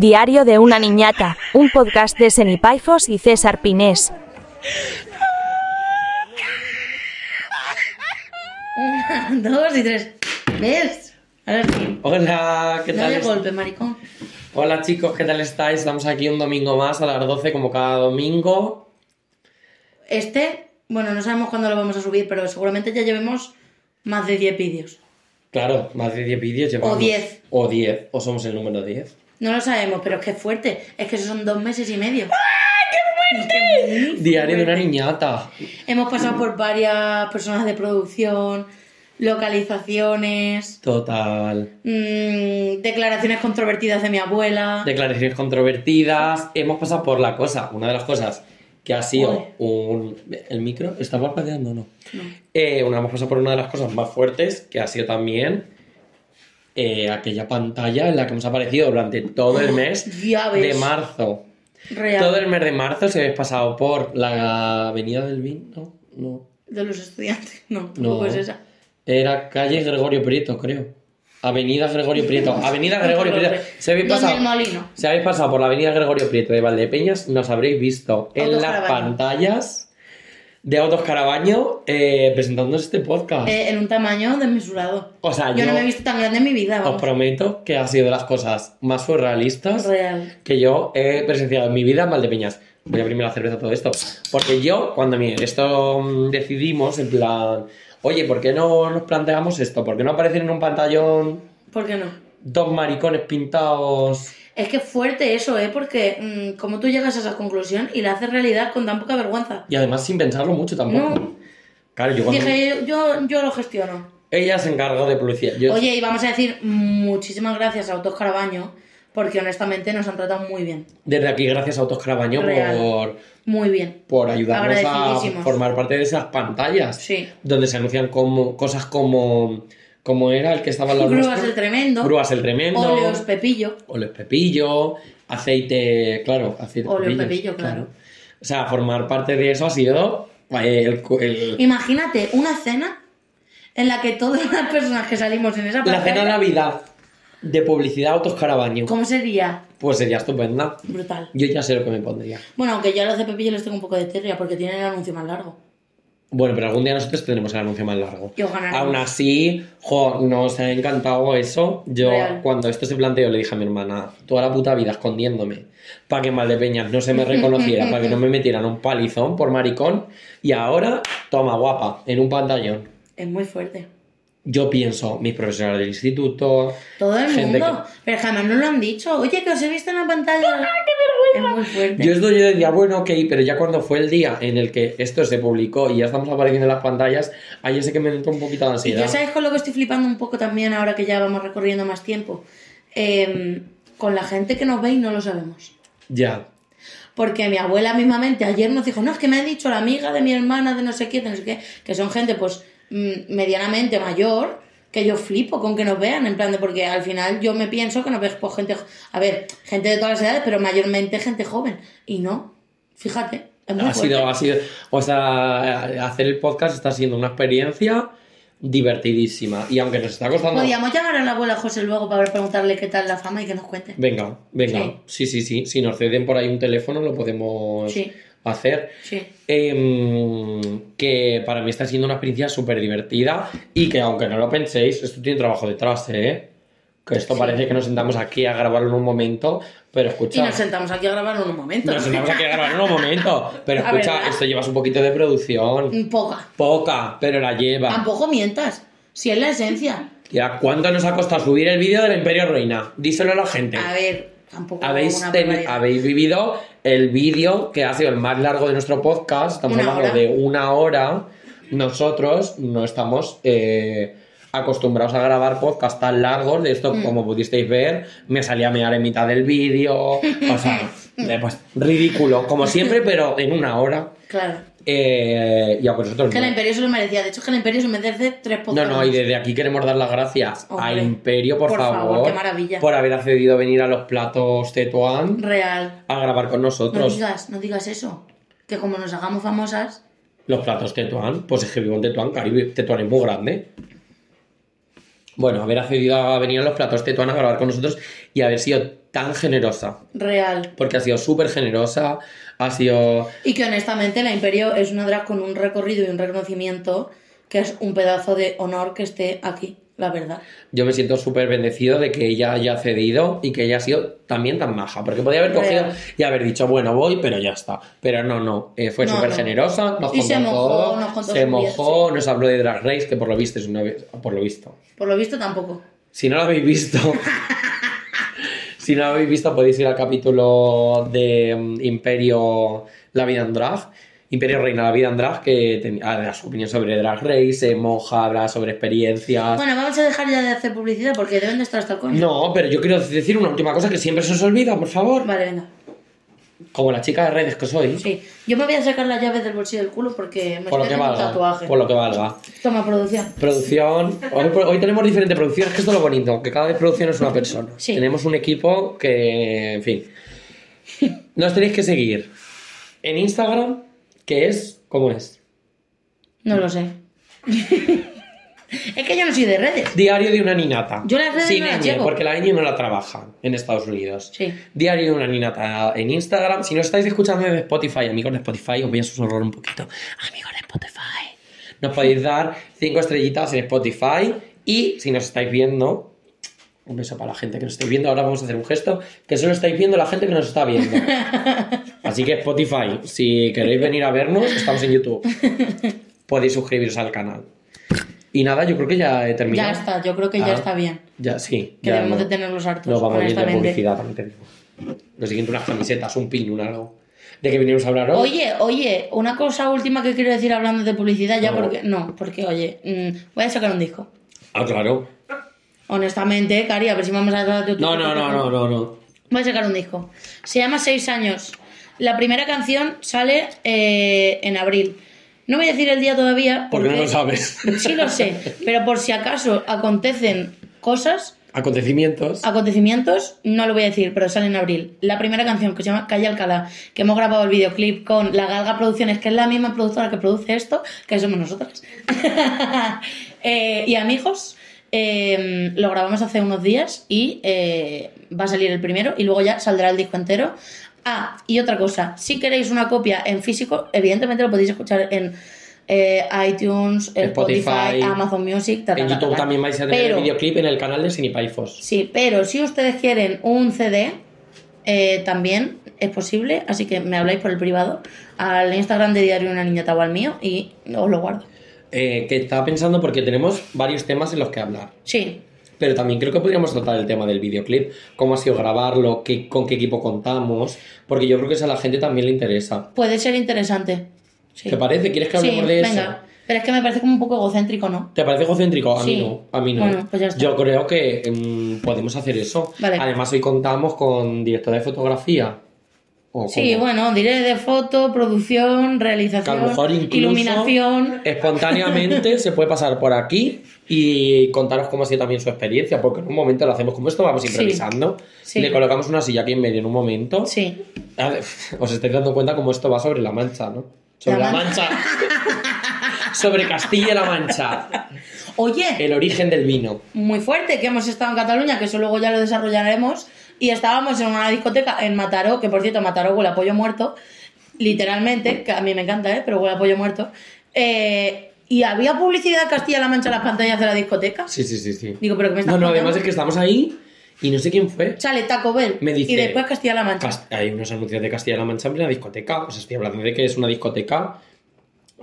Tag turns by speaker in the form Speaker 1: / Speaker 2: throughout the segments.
Speaker 1: Diario de una niñata, un podcast de Senipaifos y César Pinés.
Speaker 2: Una, dos y tres. ¿Ves? Ahora sí.
Speaker 3: Hola, ¿qué
Speaker 2: No
Speaker 3: tal?
Speaker 2: de
Speaker 3: est-
Speaker 2: golpe, maricón.
Speaker 3: Hola chicos, ¿qué tal estáis? Estamos aquí un domingo más a las 12 como cada domingo.
Speaker 2: Este, bueno, no sabemos cuándo lo vamos a subir, pero seguramente ya llevemos más de 10 vídeos.
Speaker 3: Claro, más de 10 vídeos llevamos.
Speaker 2: 10.
Speaker 3: O 10, o somos el número 10.
Speaker 2: No lo sabemos, pero es que es fuerte. Es que eso son dos meses y medio. ¡Ah, qué fuerte!
Speaker 3: Diario de una niñata.
Speaker 2: Hemos pasado por varias personas de producción, localizaciones,
Speaker 3: Total.
Speaker 2: mm, declaraciones controvertidas de mi abuela.
Speaker 3: Declaraciones controvertidas. Hemos pasado por la cosa, una de las cosas que ha sido
Speaker 2: Joder.
Speaker 3: un... ¿El micro? ¿Está parpadeando o no?
Speaker 2: No.
Speaker 3: Eh, una, hemos pasado por una de las cosas más fuertes que ha sido también eh, aquella pantalla en la que hemos aparecido durante todo el mes
Speaker 2: Oh, Ya
Speaker 3: de
Speaker 2: ves.
Speaker 3: marzo.
Speaker 2: Real.
Speaker 3: Todo el mes de marzo se habéis pasado por la avenida del vino, no,
Speaker 2: De los estudiantes. No, tampoco
Speaker 3: no.
Speaker 2: es esa.
Speaker 3: Era calle Gregorio Prieto, creo. Avenida Gregorio Prieto, Avenida Gregorio Prieto. Se habéis
Speaker 2: Donde el
Speaker 3: pasado,
Speaker 2: molino.
Speaker 3: si habéis pasado por la Avenida Gregorio Prieto de Valdepeñas, nos habréis visto en
Speaker 2: Autos
Speaker 3: las
Speaker 2: Carabaño.
Speaker 3: pantallas de Autos Carabaño eh, presentando este podcast.
Speaker 2: Eh, en un tamaño desmesurado.
Speaker 3: o sea,
Speaker 2: Yo,
Speaker 3: Ah, yo,
Speaker 2: no me he visto tan grande en mi vida,
Speaker 3: os
Speaker 2: vamos.
Speaker 3: prometo que ha sido de las cosas más surrealistas
Speaker 2: Real.
Speaker 3: que yo he presenciado en mi vida en Valdepeñas. Voy a abrirme la cerveza a todo esto. Porque yo, cuando mi- esto mm, decidimos, en plan, oye, ¿por qué no nos planteamos esto? ¿Por qué no aparecen en un pantallón
Speaker 2: ¿Por qué no?
Speaker 3: dos maricones pintados?
Speaker 2: Es que es fuerte eso, ¿eh? Porque mm, como tú llegas a esa conclusión y la haces realidad con tan poca vergüenza.
Speaker 3: Y además sin pensarlo mucho tampoco.
Speaker 2: No.
Speaker 3: Claro, yo cuando...
Speaker 2: Dije, yo, yo lo gestiono.
Speaker 3: Ella se encargó de publicidad. Yo-
Speaker 2: Oye, y vamos a decir muchísimas gracias a Autos Carabaño, porque honestamente nos han tratado muy bien.
Speaker 3: Desde aquí, gracias a Autos Carabaño
Speaker 2: Real.
Speaker 3: por,
Speaker 2: Muy bien.
Speaker 3: por ayudarnos a
Speaker 2: Agradecidísimos.
Speaker 3: formar parte de esas pantallas.
Speaker 2: Sí.
Speaker 3: Donde se anuncian como, cosas como... Como era el que estaba en la
Speaker 2: Grúas
Speaker 3: nuestra.
Speaker 2: el tremendo.
Speaker 3: Grúas el tremendo.
Speaker 2: Oleos Pepillo.
Speaker 3: Óleo pepillo, aceite, claro, aceite
Speaker 2: Óleo
Speaker 3: pepillos,
Speaker 2: pepillo, claro.
Speaker 3: O sea, formar parte de eso ha sido eh, el, cu- el-
Speaker 2: Imagínate una cena en la que todas las personas que salimos en esa
Speaker 3: la
Speaker 2: pantalla-
Speaker 3: cena de Navidad de publicidad autos carabaño.
Speaker 2: ¿Cómo sería?
Speaker 3: Pues sería estupenda.
Speaker 2: Brutal.
Speaker 3: Yo ya sé lo que me pondría.
Speaker 2: Bueno, aunque yo a los de Pepillo les tengo un poco de terria porque tienen el anuncio más largo.
Speaker 3: Bueno, pero algún día nosotros tendremos el anuncio más largo.
Speaker 2: Y os ganaremos.
Speaker 3: Aún así, jo, nos ha encantado eso. Yo,
Speaker 2: Real.
Speaker 3: cuando esto se planteó, le dije a mi hermana, toda la puta vida escondiéndome para que en Valdepeñas no se me reconociera, para que no me metieran un palizón por maricón. Y ahora, toma guapa, en un pantallón.
Speaker 2: Es muy fuerte.
Speaker 3: Yo pienso, mis profesores del instituto.
Speaker 2: Todo el
Speaker 3: gente
Speaker 2: mundo. Pero jamás nos lo han dicho. Oye, que os he visto en la pantalla. Ah, ¡Qué vergüenza! Es muy fuerte.
Speaker 3: que- Yo esto yo decía, bueno, ok, pero ya cuando fue el día en el que esto se publicó y ya estamos apareciendo en las pantallas, ahí ya sé que me entró un poquito de
Speaker 2: Y
Speaker 3: ansiedad.
Speaker 2: ya sabes con lo que estoy flipando un poco también ahora que ya vamos recorriendo más tiempo. Eh, con la gente que nos ve y no lo sabemos.
Speaker 3: Ya.
Speaker 2: Porque mi abuela mismamente ayer nos dijo, no, es que me ha dicho la amiga de mi hermana, de no sé qué, de no sé qué, que son gente pues mm, medianamente mayor, que yo flipo con que nos vean, en plan de, porque al final yo me pienso que nos ves pues gente, jo- a ver, gente de todas las edades, pero mayormente gente joven. Y no, fíjate, es muy
Speaker 3: Ha
Speaker 2: fuerte.
Speaker 3: sido, ha sido, o sea, hacer el podcast está siendo una experiencia divertidísima. Y aunque nos está costando.
Speaker 2: Podíamos llamar a la abuela José luego para preguntarle qué tal la fama y que nos cuente.
Speaker 3: Venga, venga. Sí. sí, sí, Si nos ceden por ahí un teléfono, lo podemos
Speaker 2: Sí.
Speaker 3: hacer.
Speaker 2: Sí.
Speaker 3: Em, que para mí está siendo una experiencia súper divertida y que aunque no lo penséis, esto tiene trabajo detrás, ¿eh? Que esto parece que nos sentamos aquí a grabarlo en un momento, pero
Speaker 2: Y
Speaker 3: escucha,
Speaker 2: nos sentamos aquí a grabarlo en un momento.
Speaker 3: nos sentamos aquí a grabarlo en un momento, pero
Speaker 2: La
Speaker 3: escucha,
Speaker 2: verdad.
Speaker 3: esto llevas un poquito de producción,
Speaker 2: Poca.
Speaker 3: poca, pero la lleva.
Speaker 2: Tampoco mientas, si es la esencia.
Speaker 3: Ya, ¿cuánto nos ha costado subir el vídeo del Imperio Reina? Díselo a la gente.
Speaker 2: A ver, tampoco
Speaker 3: Habéis,
Speaker 2: una
Speaker 3: teni-
Speaker 2: barbaridad.
Speaker 3: habéis vivido el vídeo que ha sido el más largo de nuestro podcast. Estamos
Speaker 2: Una
Speaker 3: hablando
Speaker 2: hora.
Speaker 3: de una hora. Nosotros no estamos eh, acostumbrados a grabar podcasts tan largos. De
Speaker 2: Mm.
Speaker 3: esto, como pudisteis ver, me salía a mear en mitad del vídeo. O sea, eh, pues, ridículo, como siempre, pero en una hora.
Speaker 2: Claro.
Speaker 3: Eh, ya por nosotros
Speaker 2: Que el
Speaker 3: no.
Speaker 2: Imperio se lo merecía. De hecho, que el Imperio se merece tres
Speaker 3: No,
Speaker 2: podcasts.
Speaker 3: no, y desde aquí queremos dar las gracias a
Speaker 2: Hombre,
Speaker 3: Imperio, por,
Speaker 2: por favor,
Speaker 3: favor
Speaker 2: qué maravilla.
Speaker 3: por haber accedido a venir a los platos Tetuán
Speaker 2: Real.
Speaker 3: a grabar con
Speaker 2: No
Speaker 3: nosotros.
Speaker 2: digas, no digas eso. Que como nos hagamos famosas,
Speaker 3: Los platos Tetuán, pues es que vivo en Tetuán, Caribe. Tetuán es muy grande. bueno, haber accedido a venir a los platos Tetuán a grabar con nosotros y haber sido tan generosa.
Speaker 2: Real.
Speaker 3: Porque ha sido súper generosa, ha sido.
Speaker 2: Y que honestamente la Imperio es una drag con un recorrido y un reconocimiento que es un pedazo de honor que esté aquí, la verdad.
Speaker 3: Yo me siento súper bendecido de que ella haya cedido y que ella ha sido también tan maja. Porque podía haber cogido
Speaker 2: Real.
Speaker 3: y haber dicho, bueno, voy, pero ya está. Pero no, no. eh, fue
Speaker 2: No,
Speaker 3: súper
Speaker 2: no.
Speaker 3: generosa, nos
Speaker 2: Y
Speaker 3: contó
Speaker 2: se mojó,
Speaker 3: todo,
Speaker 2: nos contó
Speaker 3: se
Speaker 2: su vida,
Speaker 3: mojó, nos habló de Drag Race, que por lo visto es una vez. Por lo visto.
Speaker 2: Por lo visto tampoco.
Speaker 3: Si no lo habéis visto. si no lo habéis visto, podéis ir al capítulo de mm, Imperio La Vida en Drag. Imperio Reina La Vida en Drag, que ten- habla su opinión sobre Drag Race, se moja, habla sobre experiencias.
Speaker 2: Bueno, vamos a dejar ya de hacer publicidad porque deben de estar hasta el coño.
Speaker 3: No, pero yo quiero decir una última cosa que siempre se os olvida, por favor.
Speaker 2: Vale, venga.
Speaker 3: Como la chica de redes que soy.
Speaker 2: Sí. Yo me voy a sacar las llaves del bolsillo del culo porque me
Speaker 3: Por lo
Speaker 2: estoy haciendo
Speaker 3: que
Speaker 2: un
Speaker 3: valga.
Speaker 2: tatuaje.
Speaker 3: Por lo que valga.
Speaker 2: Toma, producción.
Speaker 3: Producción. Hoy, hoy tenemos diferentes producciones, que es todo lo bonito, que cada vez producción es una persona.
Speaker 2: Sí.
Speaker 3: Tenemos un equipo que, en fin. Nos tenéis que seguir en Instagram, que es. ¿Cómo es?
Speaker 2: No lo sé. es que yo no soy de redes.
Speaker 3: Diario de una ninata.
Speaker 2: Yo las redes
Speaker 3: Sin
Speaker 2: no las
Speaker 3: ñ,
Speaker 2: llevo.
Speaker 3: porque la ñ no la trabajan en Estados Unidos.
Speaker 2: Sí.
Speaker 3: Diario de una ninata en Instagram. Si no estáis escuchando en Spotify, amigos de Spotify, os voy a susurrar un poquito. Amigos de Spotify. Nos podéis dar cinco estrellitas en Spotify. Y si nos estáis viendo, un beso para la gente que nos estáis viendo. Ahora vamos a hacer un gesto que solo estáis viendo la gente que nos está viendo. Así que Spotify, si queréis venir a vernos, estamos en YouTube. Podéis suscribiros al canal. Y nada, yo creo que ya he terminado.
Speaker 2: Ya está, yo creo que ya
Speaker 3: Ah.
Speaker 2: está bien.
Speaker 3: Ya, sí.
Speaker 2: Que
Speaker 3: ya
Speaker 2: debemos
Speaker 3: no.
Speaker 2: de tenerlos hartos,
Speaker 3: No, vamos bien de
Speaker 2: pues, honestamente.
Speaker 3: publicidad, también te digo. Lo siguiente, unas camisetas, un pin, un algo. ¿De qué venimos a hablar hoy?
Speaker 2: Oye, oye, una cosa última que quiero decir hablando de publicidad ya
Speaker 3: No.
Speaker 2: porque... No, porque oye, mm, voy a sacar un disco.
Speaker 3: Ah, claro.
Speaker 2: Honestamente, Cari, a ver si vamos a hablar de tu-
Speaker 3: No, no, no, no, no, no.
Speaker 2: Voy a sacar un disco. Se llama Seis años. La primera canción sale eh, en abril. No voy a decir el día todavía
Speaker 3: Porque no lo sabes.
Speaker 2: Sí lo sé, pero por si acaso acontecen cosas,
Speaker 3: Acontecimientos.
Speaker 2: Ah, acontecimientos, no lo voy a decir, pero sale en abril. La primera canción que se llama Calle Alcalá, que hemos grabado el videoclip con La Galga Producciones, que es la misma productora que produce esto, que somos nosotras. Eh, y amigos, eh, lo grabamos hace unos días y eh, va a salir el primero y luego ya saldrá el disco entero. Ah, y otra cosa, si queréis una copia en físico, evidentemente lo podéis escuchar en eh, iTunes, Spotify,
Speaker 3: Spotify,
Speaker 2: Amazon Music, ta, ta,
Speaker 3: en
Speaker 2: ta, ta,
Speaker 3: YouTube
Speaker 2: ta.
Speaker 3: también vais a tener
Speaker 2: Pero-
Speaker 3: el videoclip en el canal de Sinipaifos.
Speaker 2: Sí, pero si ustedes quieren un CD, eh, también es posible, así que me habláis por el privado, al Instagram de Diario Una Niñata o al mío y os lo guardo.
Speaker 3: Eh, que estaba pensando porque tenemos varios temas en los que hablar.
Speaker 2: Sí,
Speaker 3: Pero también creo que podríamos tratar el tema del videoclip, cómo ha sido grabarlo, qué, con qué equipo contamos, porque yo creo que eso a la gente también le interesa.
Speaker 2: puede ser interesante. Sí.
Speaker 3: ¿Te parece? ¿Quieres que hablemos
Speaker 2: Sí,
Speaker 3: de eso?
Speaker 2: venga. Pero es que me parece como un poco egocéntrico, ¿no?
Speaker 3: ¿Te parece egocéntrico? A
Speaker 2: Sí.
Speaker 3: mí no. A mí no.
Speaker 2: Bueno, pues ya está.
Speaker 3: Yo creo que mm, podemos hacer eso.
Speaker 2: Vale.
Speaker 3: Además, hoy contamos con directora de fotografía. ¿O
Speaker 2: Sí,
Speaker 3: cómo?
Speaker 2: bueno, diré de foto, producción,
Speaker 3: Que a
Speaker 2: realización,
Speaker 3: lo mejor incluso
Speaker 2: iluminación.
Speaker 3: espontáneamente se puede pasar por aquí y contaros cómo ha sido también su experiencia, porque en un momento lo hacemos como esto, vamos improvisando,
Speaker 2: Sí.
Speaker 3: le colocamos una silla aquí en medio en un momento.
Speaker 2: Sí,
Speaker 3: A ver, Os estáis dando cuenta cómo esto va sobre la mancha, ¿no? Sobre
Speaker 2: La
Speaker 3: la,
Speaker 2: Man-
Speaker 3: mancha. sobre Castilla-La Mancha.
Speaker 2: Oye,
Speaker 3: El origen del vino.
Speaker 2: muy fuerte que hemos estado en Cataluña, que eso luego ya lo desarrollaremos, y estábamos en una discoteca en Mataró, que por cierto, Mataró huele a pollo muerto, literalmente, que a mí me encanta, ¿eh? pero huele a pollo muerto, eh, y había publicidad de Castilla-La Mancha en las pantallas de la discoteca.
Speaker 3: Sí, sí, sí, sí.
Speaker 2: Digo, pero que me estás
Speaker 3: No, no,
Speaker 2: contando?
Speaker 3: además es que estamos ahí y no sé quién fue.
Speaker 2: Sale Taco Bell
Speaker 3: Me dice-
Speaker 2: y después Castilla-La Mancha.
Speaker 3: Cas- Hay unos anuncios de Castilla-La Mancha en la discoteca. Os estoy hablando de que es una discoteca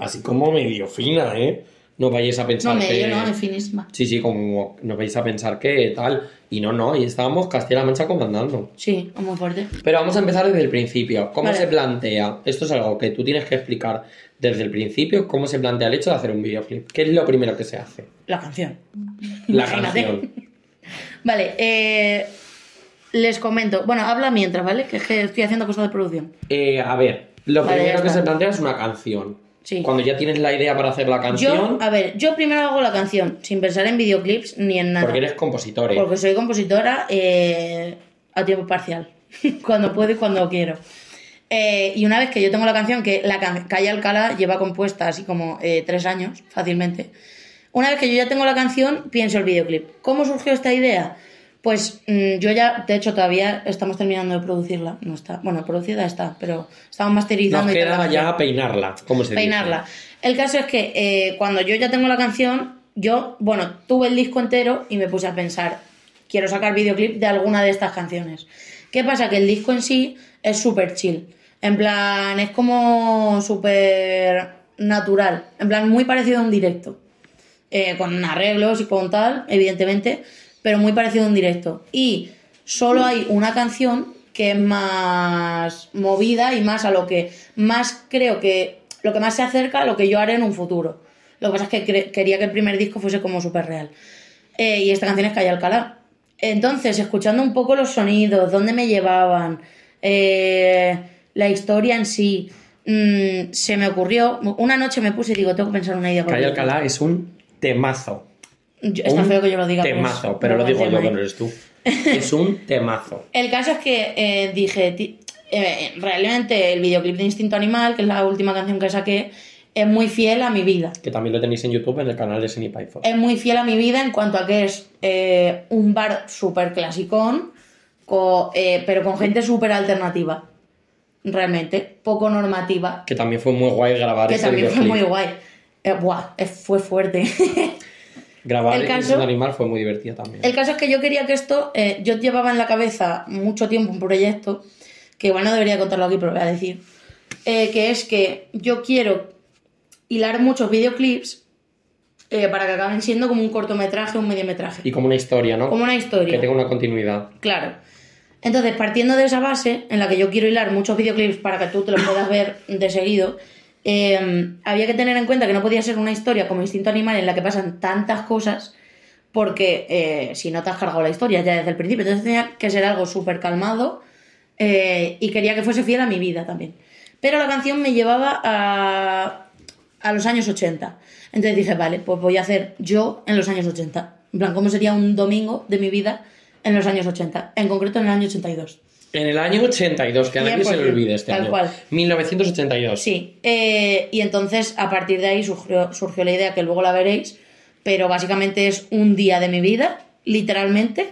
Speaker 3: así como medio fina, ¿eh? No vayáis a
Speaker 2: no,
Speaker 3: pensar
Speaker 2: medio,
Speaker 3: que...
Speaker 2: no, es finísima.
Speaker 3: Sí, sí, como no vais a pensar que tal. Y no, no, y estábamos Castilla-La Mancha comandando.
Speaker 2: Sí, muy fuerte.
Speaker 3: Pero vamos a empezar desde el principio. ¿Cómo
Speaker 2: Vale.
Speaker 3: se plantea? Esto es algo que tú tienes que explicar desde el principio. ¿Cómo se plantea el hecho de hacer un videoclip? ¿Qué es lo primero que se hace?
Speaker 2: La canción.
Speaker 3: La
Speaker 2: Imagínate.
Speaker 3: canción.
Speaker 2: Vale, eh, les comento. Bueno, habla mientras, ¿vale? Que es que estoy haciendo cosas de producción.
Speaker 3: Eh, a ver, lo
Speaker 2: Vale, ya
Speaker 3: primero que
Speaker 2: está.
Speaker 3: se plantea es una canción.
Speaker 2: Sí.
Speaker 3: Cuando ya tienes la idea para hacer la
Speaker 2: Yo,
Speaker 3: canción,
Speaker 2: a ver, yo primero hago la canción, sin pensar en videoclips ni en nada.
Speaker 3: porque eres compositor. eh.
Speaker 2: Porque soy compositora eh, a tiempo parcial. cuando puedo y cuando quiero. Eh, y una vez que yo tengo la canción, que la can- Calle Alcalá lleva compuesta así como eh, tres años, fácilmente. Una vez que yo ya tengo la canción, pienso el videoclip. ¿Cómo surgió esta idea? Pues mm, yo ya, de hecho, todavía estamos terminando de producirla. No está, bueno, producida está, pero estamos masterizando
Speaker 3: Nos
Speaker 2: y tal la
Speaker 3: queda
Speaker 2: canción.
Speaker 3: ya peinarla, como se
Speaker 2: peinarla. El caso es que eh, cuando yo ya tengo la canción, yo, bueno, tuve el disco entero y me puse a pensar, quiero sacar videoclip de alguna de estas canciones. ¿Qué pasa? Que el disco en sí es súper chill. En plan, es como súper natural. En plan, muy parecido a un directo. Eh, con arreglos y con tal, evidentemente, pero muy parecido a un directo. Y solo hay una canción que es más movida y más a lo que más creo que, lo que más se acerca a lo que yo haré en un futuro. Lo que pasa es que cre- quería que el primer disco fuese como súper real. Eh, y esta canción es Calle Alcalá. Entonces, escuchando un poco los sonidos, dónde me llevaban, eh, la historia en sí, mm, se me ocurrió. Una noche me puse y digo, tengo que pensar una idea.
Speaker 3: dice. Calle
Speaker 2: para
Speaker 3: Alcalá es un temazo.
Speaker 2: yo- está
Speaker 3: un
Speaker 2: feo que yo lo diga. pues, pero es-
Speaker 3: Temazo, pero lo digo
Speaker 2: es
Speaker 3: yo,
Speaker 2: tema
Speaker 3: que
Speaker 2: ahí.
Speaker 3: no eres tú. Es un temazo.
Speaker 2: El caso es que eh, dije, ti- eh, realmente el videoclip de Instinto Animal, que es la última canción que saqué, es muy fiel a mi vida.
Speaker 3: Que también lo tenéis en YouTube en el canal de Cine Python.
Speaker 2: Es muy fiel a mi vida en cuanto a que es eh, un bar súper clasicón, co- eh, pero con gente súper alternativa. Realmente, poco normativa.
Speaker 3: Que también fue muy guay grabar
Speaker 2: Que
Speaker 3: ese
Speaker 2: también fue
Speaker 3: videoclip.
Speaker 2: muy guay. Eh, buah, eh, fue fuerte.
Speaker 3: Grabar
Speaker 2: El
Speaker 3: el
Speaker 2: caso-
Speaker 3: animal fue muy divertido también.
Speaker 2: El caso es que yo quería que esto, eh, yo llevaba en la cabeza mucho tiempo un proyecto, que igual no debería contarlo aquí, pero lo voy a decir, eh, que es que yo quiero hilar muchos videoclips eh, para que acaben siendo como un cortometraje, un mediometraje,
Speaker 3: Y como una historia, ¿no?
Speaker 2: como una historia.
Speaker 3: Que tenga una continuidad.
Speaker 2: Claro. Entonces, partiendo de esa base, en la que yo quiero hilar muchos videoclips para que tú te los puedas ver de seguido, eh, había que tener en cuenta que no podía ser una historia como Instinto Animal en la que pasan tantas cosas, porque eh, si no te has cargado la historia ya desde el principio, entonces tenía que ser algo súper calmado eh, y quería que fuese fiel a mi vida también. Pero la canción me llevaba a, a los años 80. Entonces dije, vale, pues voy a hacer yo en los años 80. En plan, ¿cómo sería un domingo de mi vida en los años 80? En concreto en el año 82.
Speaker 3: En el año 82, que a nadie se le
Speaker 2: 100%,
Speaker 3: olvide este
Speaker 2: pues, tal
Speaker 3: año.
Speaker 2: cual.
Speaker 3: 1982.
Speaker 2: Sí, eh, y entonces a partir de ahí surgió, surgió la idea que luego la veréis, pero básicamente es un día de mi vida, literalmente,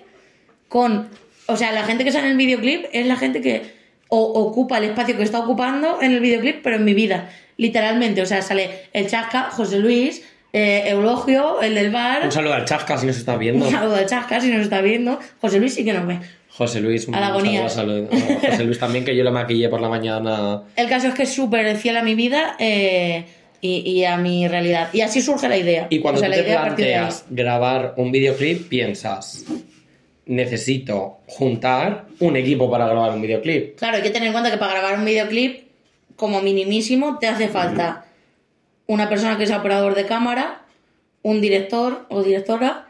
Speaker 2: con... O sea, la gente que sale en el videoclip es la gente que o- ocupa el espacio que está ocupando en el videoclip, pero en mi vida, literalmente. O sea, sale el Chasca, José Luis, eh, Eulogio, el del bar,
Speaker 3: Un saludo al Chasca si nos estás viendo.
Speaker 2: un saludo al Chasca si nos está viendo, José Luis sí que nos ve.
Speaker 3: José Luis, un
Speaker 2: A la agonía.
Speaker 3: saludo, saludo. A José Luis también, que yo lo maquillé por la mañana.
Speaker 2: El caso es que es súper fiel a mi vida eh, y, y a mi realidad. Y así surge la idea.
Speaker 3: Y cuando
Speaker 2: O sea,
Speaker 3: tú
Speaker 2: la
Speaker 3: te
Speaker 2: idea partió de ahí.
Speaker 3: planteas grabar un videoclip, piensas, necesito juntar un equipo para grabar un videoclip.
Speaker 2: Claro, hay que tener en cuenta que para grabar un videoclip, como minimísimo, te hace falta una persona que sea operador de cámara, un director o directora,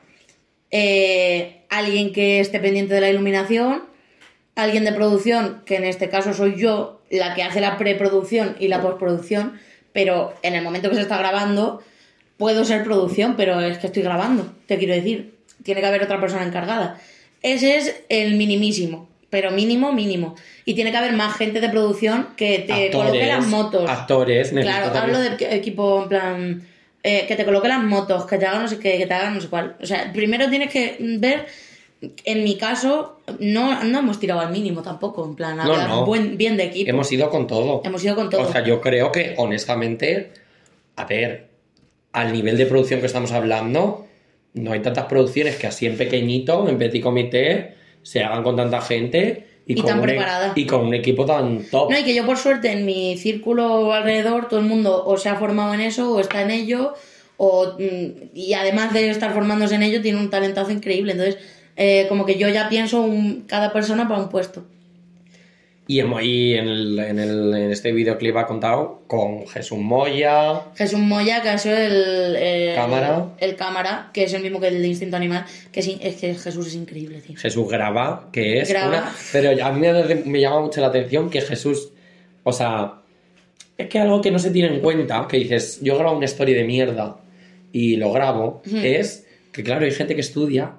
Speaker 2: eh, alguien que esté pendiente de la iluminación, alguien de producción, que en este caso soy yo, la que hace la preproducción y la postproducción, pero en el momento que se está grabando, puedo ser producción, pero es que estoy grabando, te quiero decir, tiene que haber otra persona encargada. Ese es el minimísimo, pero mínimo, mínimo. Y tiene que haber más gente de producción que te coloque las motos.
Speaker 3: Actores, necesito
Speaker 2: Claro,
Speaker 3: también-
Speaker 2: hablo de equi- equipo en plan. eh, que te coloque las motos, que te hagan no sé qué, que te hagan no sé cuál. O sea, primero tienes que ver. En mi caso, no, no hemos tirado al mínimo tampoco. En plan,
Speaker 3: No,
Speaker 2: había
Speaker 3: no.
Speaker 2: buen- bien de equipo. Hemos,
Speaker 3: Hemos ido con todo.
Speaker 2: ido con todo.
Speaker 3: O sea, yo creo que, honestamente, a ver, al nivel de producción que estamos hablando, no hay tantas producciones que así en pequeñito, en petit comité, se hagan con tanta gente y,
Speaker 2: Y
Speaker 3: con,
Speaker 2: tan
Speaker 3: un, e-
Speaker 2: preparada.
Speaker 3: y con un equipo tan top.
Speaker 2: No, y que yo por suerte en mi círculo alrededor todo el mundo o se ha formado en eso o está en ello o, mm, y además de estar formándose en ello tiene un talentazo increíble. Entonces, eh, como que yo ya pienso un- cada persona para un puesto.
Speaker 3: Y, hemos- y en, el- en el- en este videoclip ha contado con Jesús Moya,
Speaker 2: Jesús Moya, que ha sido el, el-
Speaker 3: Cámara.
Speaker 2: el cámara, que es el mismo que el de Instinto Animal, que es, in- es que Jesús es increíble, tío.
Speaker 3: Jesús Graba, que es
Speaker 2: Graba.
Speaker 3: una... Pero a mí me, me llama mucho la atención que Jesús, o sea, es que algo que no se tiene en cuenta, que dices, yo grabo una story de mierda y lo grabo, es que claro, hay gente que estudia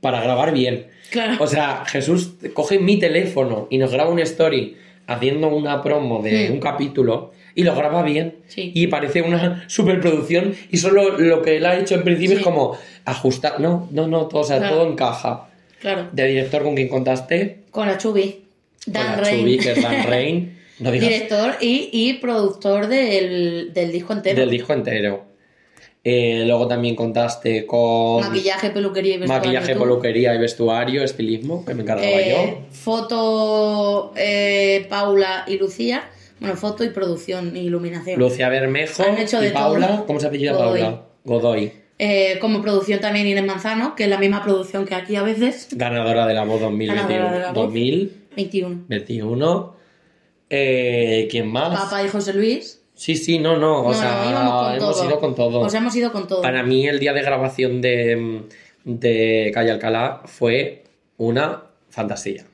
Speaker 3: para grabar bien.
Speaker 2: Claro.
Speaker 3: O sea, Jesús coge mi teléfono y nos graba una story haciendo una promo de
Speaker 2: Mm.
Speaker 3: un capítulo y lo graba bien.
Speaker 2: Sí.
Speaker 3: Y parece una superproducción y solo lo que él ha hecho en
Speaker 2: Sí.
Speaker 3: principio es como ajustar. No, no, no, todo, o sea,
Speaker 2: Claro.
Speaker 3: todo encaja.
Speaker 2: Claro.
Speaker 3: De director con quien contaste,
Speaker 2: Con la Chubi. Dan
Speaker 3: con la
Speaker 2: Rein.
Speaker 3: Chubby, que es Dan Rain. No digas
Speaker 2: Director y, y productor del, del disco entero.
Speaker 3: del disco entero. Eh, luego también contaste con
Speaker 2: Maquillaje, peluquería y vestuario.
Speaker 3: maquillaje,
Speaker 2: tú.
Speaker 3: peluquería y vestuario, estilismo, que me encargaba
Speaker 2: Eh, foto eh, Paula y Lucía. Bueno, foto y producción y
Speaker 3: yo.
Speaker 2: iluminación.
Speaker 3: Lucía Bermejo
Speaker 2: Eh, Han hecho
Speaker 3: y
Speaker 2: de
Speaker 3: Paula.
Speaker 2: todo.
Speaker 3: ¿Cómo se apellida
Speaker 2: Godoy.
Speaker 3: Paula? Godoy.
Speaker 2: Eh, como producción también Inés Manzano, que es la misma producción que aquí a veces.
Speaker 3: Ganadora de la voz 2021.
Speaker 2: Ganadora de la voz. 21.
Speaker 3: 2021. Eh, ¿Quién más?
Speaker 2: Papá y José Luis.
Speaker 3: Sí, sí, no, no. O
Speaker 2: no,
Speaker 3: sea,
Speaker 2: no, íbamos con
Speaker 3: hemos
Speaker 2: todo.
Speaker 3: ido con todo.
Speaker 2: O sea, hemos ido con todo.
Speaker 3: Para mí, el día de grabación de, de Calle Alcalá fue una fantasía.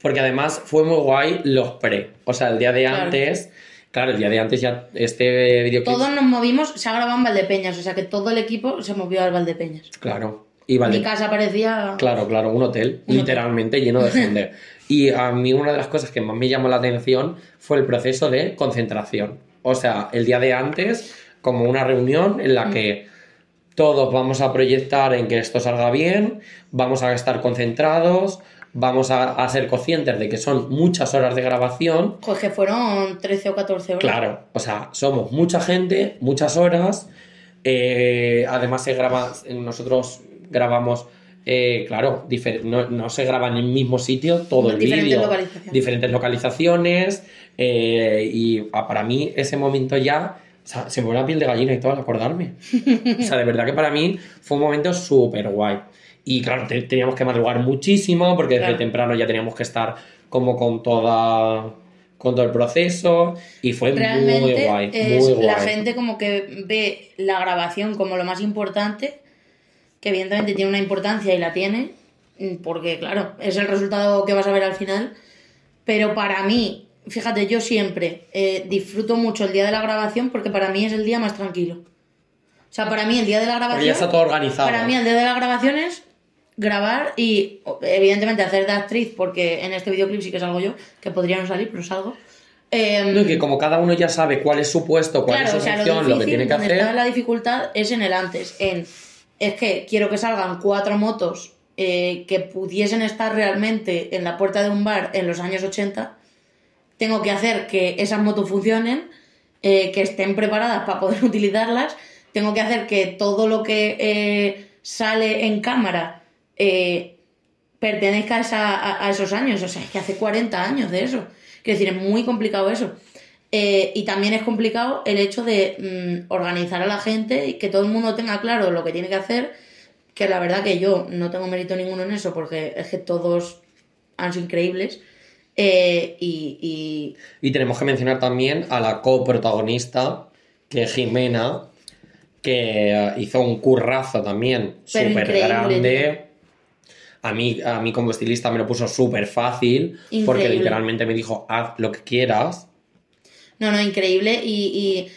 Speaker 3: Porque además fue muy guay los pre. O sea, el día de
Speaker 2: Claro.
Speaker 3: antes. Claro, el día de antes ya este videoclip.
Speaker 2: Todos nos movimos, se ha grabado en Valdepeñas, o sea que todo el equipo se movió al Valdepeñas.
Speaker 3: Claro. Y vale.
Speaker 2: Mi casa parecía.
Speaker 3: Claro, claro, un hotel,
Speaker 2: Un
Speaker 3: literalmente lleno de gente. Y a mí una de las cosas que más me llamó la atención fue el proceso de concentración. O sea, el día de antes, como una reunión en la que todos vamos a proyectar en que esto salga bien, vamos a estar concentrados, vamos a, a ser conscientes de que son muchas horas de grabación.
Speaker 2: Pues que fueron 13 o 14 horas.
Speaker 3: Claro, o sea, somos mucha gente, muchas horas. eh, además, se graba, nosotros grabamos, eh, claro, difer- no, no se graba en el mismo sitio todo el
Speaker 2: Diferentes
Speaker 3: vídeo.
Speaker 2: localizaciones.
Speaker 3: Diferentes localizaciones. eh, y ah, para mí, ese momento ya. o sea, se me pone la piel de gallina y todo al acordarme. O sea, de verdad que para mí fue un momento súper guay. Y claro, te- teníamos que madrugar muchísimo porque desde
Speaker 2: Claro.
Speaker 3: temprano ya teníamos que estar como con toda con todo el proceso y fue
Speaker 2: Realmente
Speaker 3: muy guay,
Speaker 2: es
Speaker 3: muy guay.
Speaker 2: la gente como que ve la grabación como lo más importante, que evidentemente tiene una importancia y la tiene, mm, porque claro, es el resultado que vas a ver al final. Pero para mí, fíjate, yo siempre eh, disfruto mucho el día de la grabación porque para mí es el día más tranquilo. O sea, para mí el día de la
Speaker 3: Porque
Speaker 2: grabación.
Speaker 3: ya está todo organizado.
Speaker 2: Para mí el día de la grabación es grabar y o- evidentemente hacer de actriz, porque en este videoclip sí que salgo yo, que podría no salir, pero salgo. Em,
Speaker 3: No, y que como cada uno ya sabe cuál es su puesto, cuál
Speaker 2: claro,
Speaker 3: es su
Speaker 2: o sea, lo
Speaker 3: función, lo, que
Speaker 2: difícil,
Speaker 3: tiene que
Speaker 2: donde
Speaker 3: hacer.
Speaker 2: está la dificultad es en el antes, en es que quiero que salgan cuatro motos eh, que pudiesen estar realmente en la puerta de un bar en los años 80. Tengo que hacer que esas motos funcionen, eh, que estén preparadas para poder utilizarlas. Tengo que hacer que todo lo que eh, sale en cámara eh, pertenezca a, esa- a- a esos años. O sea, es que hace 40 años de eso. Quiero decir, es muy complicado eso. Eh, y también es complicado el hecho de mm, organizar a la gente y que todo el mundo tenga claro lo que tiene que hacer. Que la verdad que yo no tengo mérito ninguno en eso porque es que todos han sido increíbles. Eh, y, y
Speaker 3: Y tenemos que mencionar también a la coprotagonista, que es Jimena, que eh, hizo un currazo también
Speaker 2: Pero
Speaker 3: súper
Speaker 2: increíble,
Speaker 3: grande. A mí, a mí como estilista me lo puso súper fácil, porque
Speaker 2: Increíble.
Speaker 3: literalmente me dijo, haz lo que quieras.
Speaker 2: No, no, increíble. Y, y,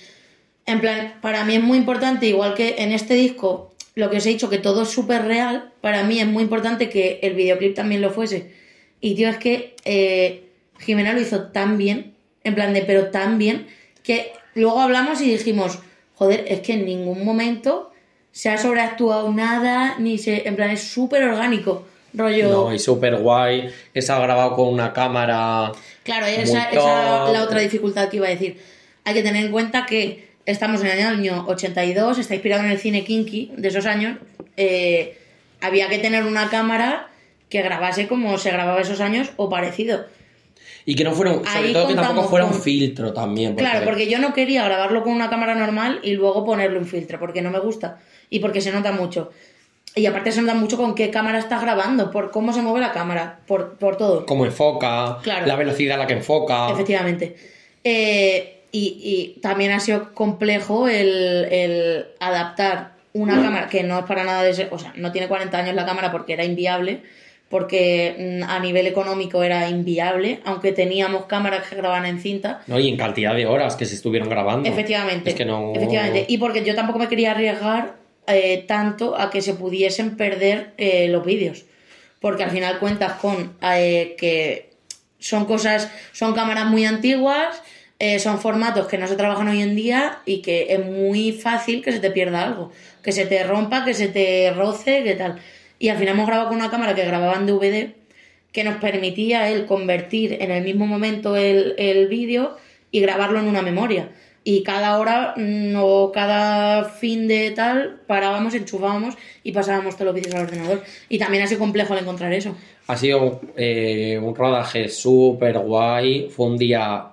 Speaker 2: en plan, para mí es muy importante, igual que en este disco, lo que os he dicho, que todo es súper real, para mí es muy importante que el videoclip también lo fuese. Y tío, es que eh, Jimena lo hizo tan bien, en plan de, pero tan bien, que luego hablamos y dijimos, joder, es que en ningún momento se ha sobreactuado nada, ni se. En plan, es súper orgánico. Rollo.
Speaker 3: No, y súper guay. Esa grabado con una cámara.
Speaker 2: Claro, esa
Speaker 3: Muy
Speaker 2: esa
Speaker 3: top.
Speaker 2: la otra dificultad que iba a decir. Hay que tener en cuenta que estamos en el año 82, está inspirado en el cine kinky de esos años. eh, había que tener una cámara que grabase como se grababa esos años o parecido.
Speaker 3: Y que no fueron, sobre
Speaker 2: Ahí
Speaker 3: todo que tampoco
Speaker 2: contamos
Speaker 3: fuera un
Speaker 2: con-
Speaker 3: filtro también.
Speaker 2: Claro, porque yo no quería grabarlo con una cámara normal y luego ponerle un filtro, porque no me gusta y porque se nota mucho. Y aparte se nota mucho con qué cámara estás grabando, por cómo se mueve la cámara, por, por todo.
Speaker 3: Cómo enfoca,
Speaker 2: Claro.
Speaker 3: la velocidad a la que enfoca.
Speaker 2: Efectivamente. Eh, y, y también ha sido complejo el, el adaptar una cámara que no es para nada de ese- o sea, no tiene 40 años la cámara porque era inviable, porque mm, a nivel económico era inviable, aunque teníamos cámaras que grababan en cinta.
Speaker 3: No, y en cantidad de horas que se estuvieron grabando.
Speaker 2: Efectivamente.
Speaker 3: Es que no.
Speaker 2: Efectivamente. Y porque yo tampoco me quería arriesgar eh, tanto a que se pudiesen perder eh, los vídeos. Porque al final cuentas con eh, que son cosas, son cámaras muy antiguas, eh, son formatos que no se trabajan hoy en día y que es muy fácil que se te pierda algo, que se te rompa, que se te roce, que tal. Y al final hemos grabado con una cámara que grababan DVD que nos permitía él convertir en el mismo momento el, el vídeo y grabarlo en una memoria. Y cada hora mm, o cada fin de tal parábamos, enchufábamos y pasábamos todos los vídeos al ordenador. Y también ha sido complejo el encontrar eso.
Speaker 3: Ha sido eh, un rodaje súper guay. Fue un día.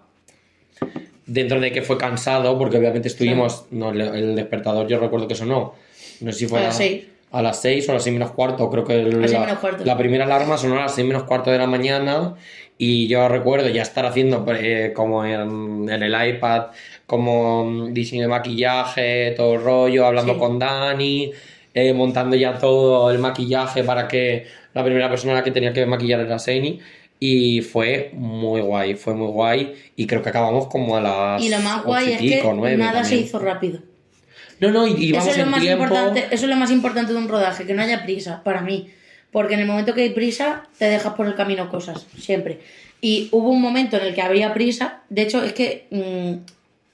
Speaker 3: Dentro de que fue cansado, porque obviamente estuvimos. No, le- el despertador, yo recuerdo que sonó. No sé si fue
Speaker 2: A las seis.
Speaker 3: a las 6 o a las 6 menos cuarto. Creo que
Speaker 2: las seis
Speaker 3: la,
Speaker 2: menos cuarto.
Speaker 3: la primera alarma sonó a las 6 menos cuarto de la mañana. Y yo recuerdo ya estar haciendo eh, como en, en el iPad, como mm, diseño de maquillaje, todo el rollo, hablando
Speaker 2: Sí.
Speaker 3: con Dani, eh, montando ya todo el maquillaje para que la primera persona a la que tenía que maquillar era Seni. Y fue muy guay, fue muy guay. Y creo que acabamos como a las.
Speaker 2: Y lo más
Speaker 3: ocho
Speaker 2: guay es
Speaker 3: y
Speaker 2: que
Speaker 3: pico, nueve
Speaker 2: nada se
Speaker 3: también.
Speaker 2: hizo rápido.
Speaker 3: No, no, y, y
Speaker 2: Eso
Speaker 3: vamos
Speaker 2: es, lo
Speaker 3: en
Speaker 2: más
Speaker 3: tiempo.
Speaker 2: importante, eso es lo más importante de un rodaje, que no haya prisa, para mí. Porque en el momento que hay prisa, te dejas por el camino cosas, siempre. Y hubo un momento en el que había prisa, de hecho, es que, mm,